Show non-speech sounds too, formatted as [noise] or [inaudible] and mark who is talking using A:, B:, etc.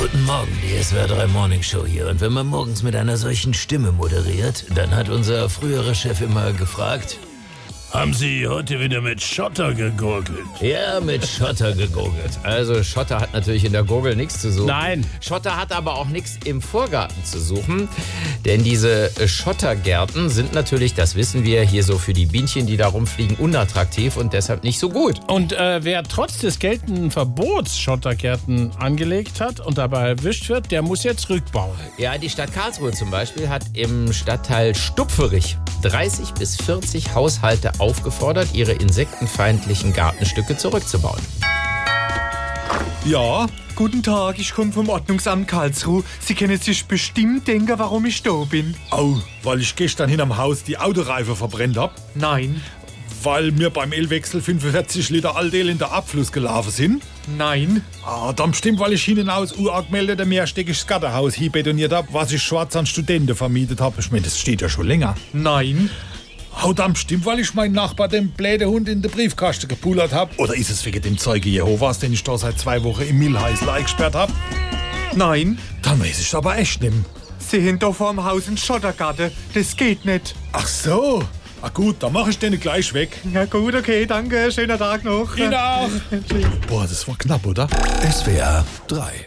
A: Guten Morgen, die SWR3 Morning Show hier. Und wenn man morgens mit einer solchen Stimme moderiert, dann hat unser früherer Chef immer gefragt,
B: Haben Sie heute wieder mit Schotter gegurgelt?
A: ja, mit Schotter gegurgelt. Also Schotter hat natürlich in der Gurgel nichts zu suchen.
C: Nein.
A: Schotter hat aber auch nichts im Vorgarten zu suchen. Denn diese Schottergärten sind natürlich, das wissen wir, hier so für die Bienchen, die da rumfliegen, unattraktiv und deshalb nicht so gut.
C: Und äh, wer trotz des geltenden Verbots Schottergärten angelegt hat und dabei erwischt wird, der muss jetzt rückbauen.
A: Ja, die Stadt Karlsruhe zum Beispiel hat im Stadtteil Stupferich 30 bis 40 Haushalte aufgefordert, ihre insektenfeindlichen Gartenstücke zurückzubauen.
D: Ja, guten Tag, ich komme vom Ordnungsamt Karlsruhe. Sie können sich bestimmt denken, warum ich da bin.
B: Au, weil ich gestern hinterm Haus die Autoreife verbrennt hab,
D: Nein,
B: weil mir beim Ölwechsel 45 Liter Aldel in den Abfluss gelaufen sind.
D: nein,
B: Ah, dann bestimmt, weil ich hinten aus unangemeldeter mehrstöckiges Gatterhaus hier betoniert hab, was ich schwarz an Studenten vermietet hab. Ich mein, das steht ja schon länger.
D: nein.
B: Au, dann bestimmt, weil ich meinen Nachbar den bläden Hund in den Briefkasten gepullert hab. Oder ist es wegen dem Zeuge Jehovas, den ich da seit zwei Wochen im Millheisel eingesperrt hab?
D: Nein,
B: Dann weiß ich aber echt nimmer.
D: Sie haben da vor dem Haus einen Schottergarten. Das geht nicht.
B: Ach so. Ah gut, dann mache ich den gleich weg.
D: Ja gut, okay, [laughs] danke. Schöner Tag noch.
B: Ihnen auch. Boah, das war knapp, oder?
E: SWR 3.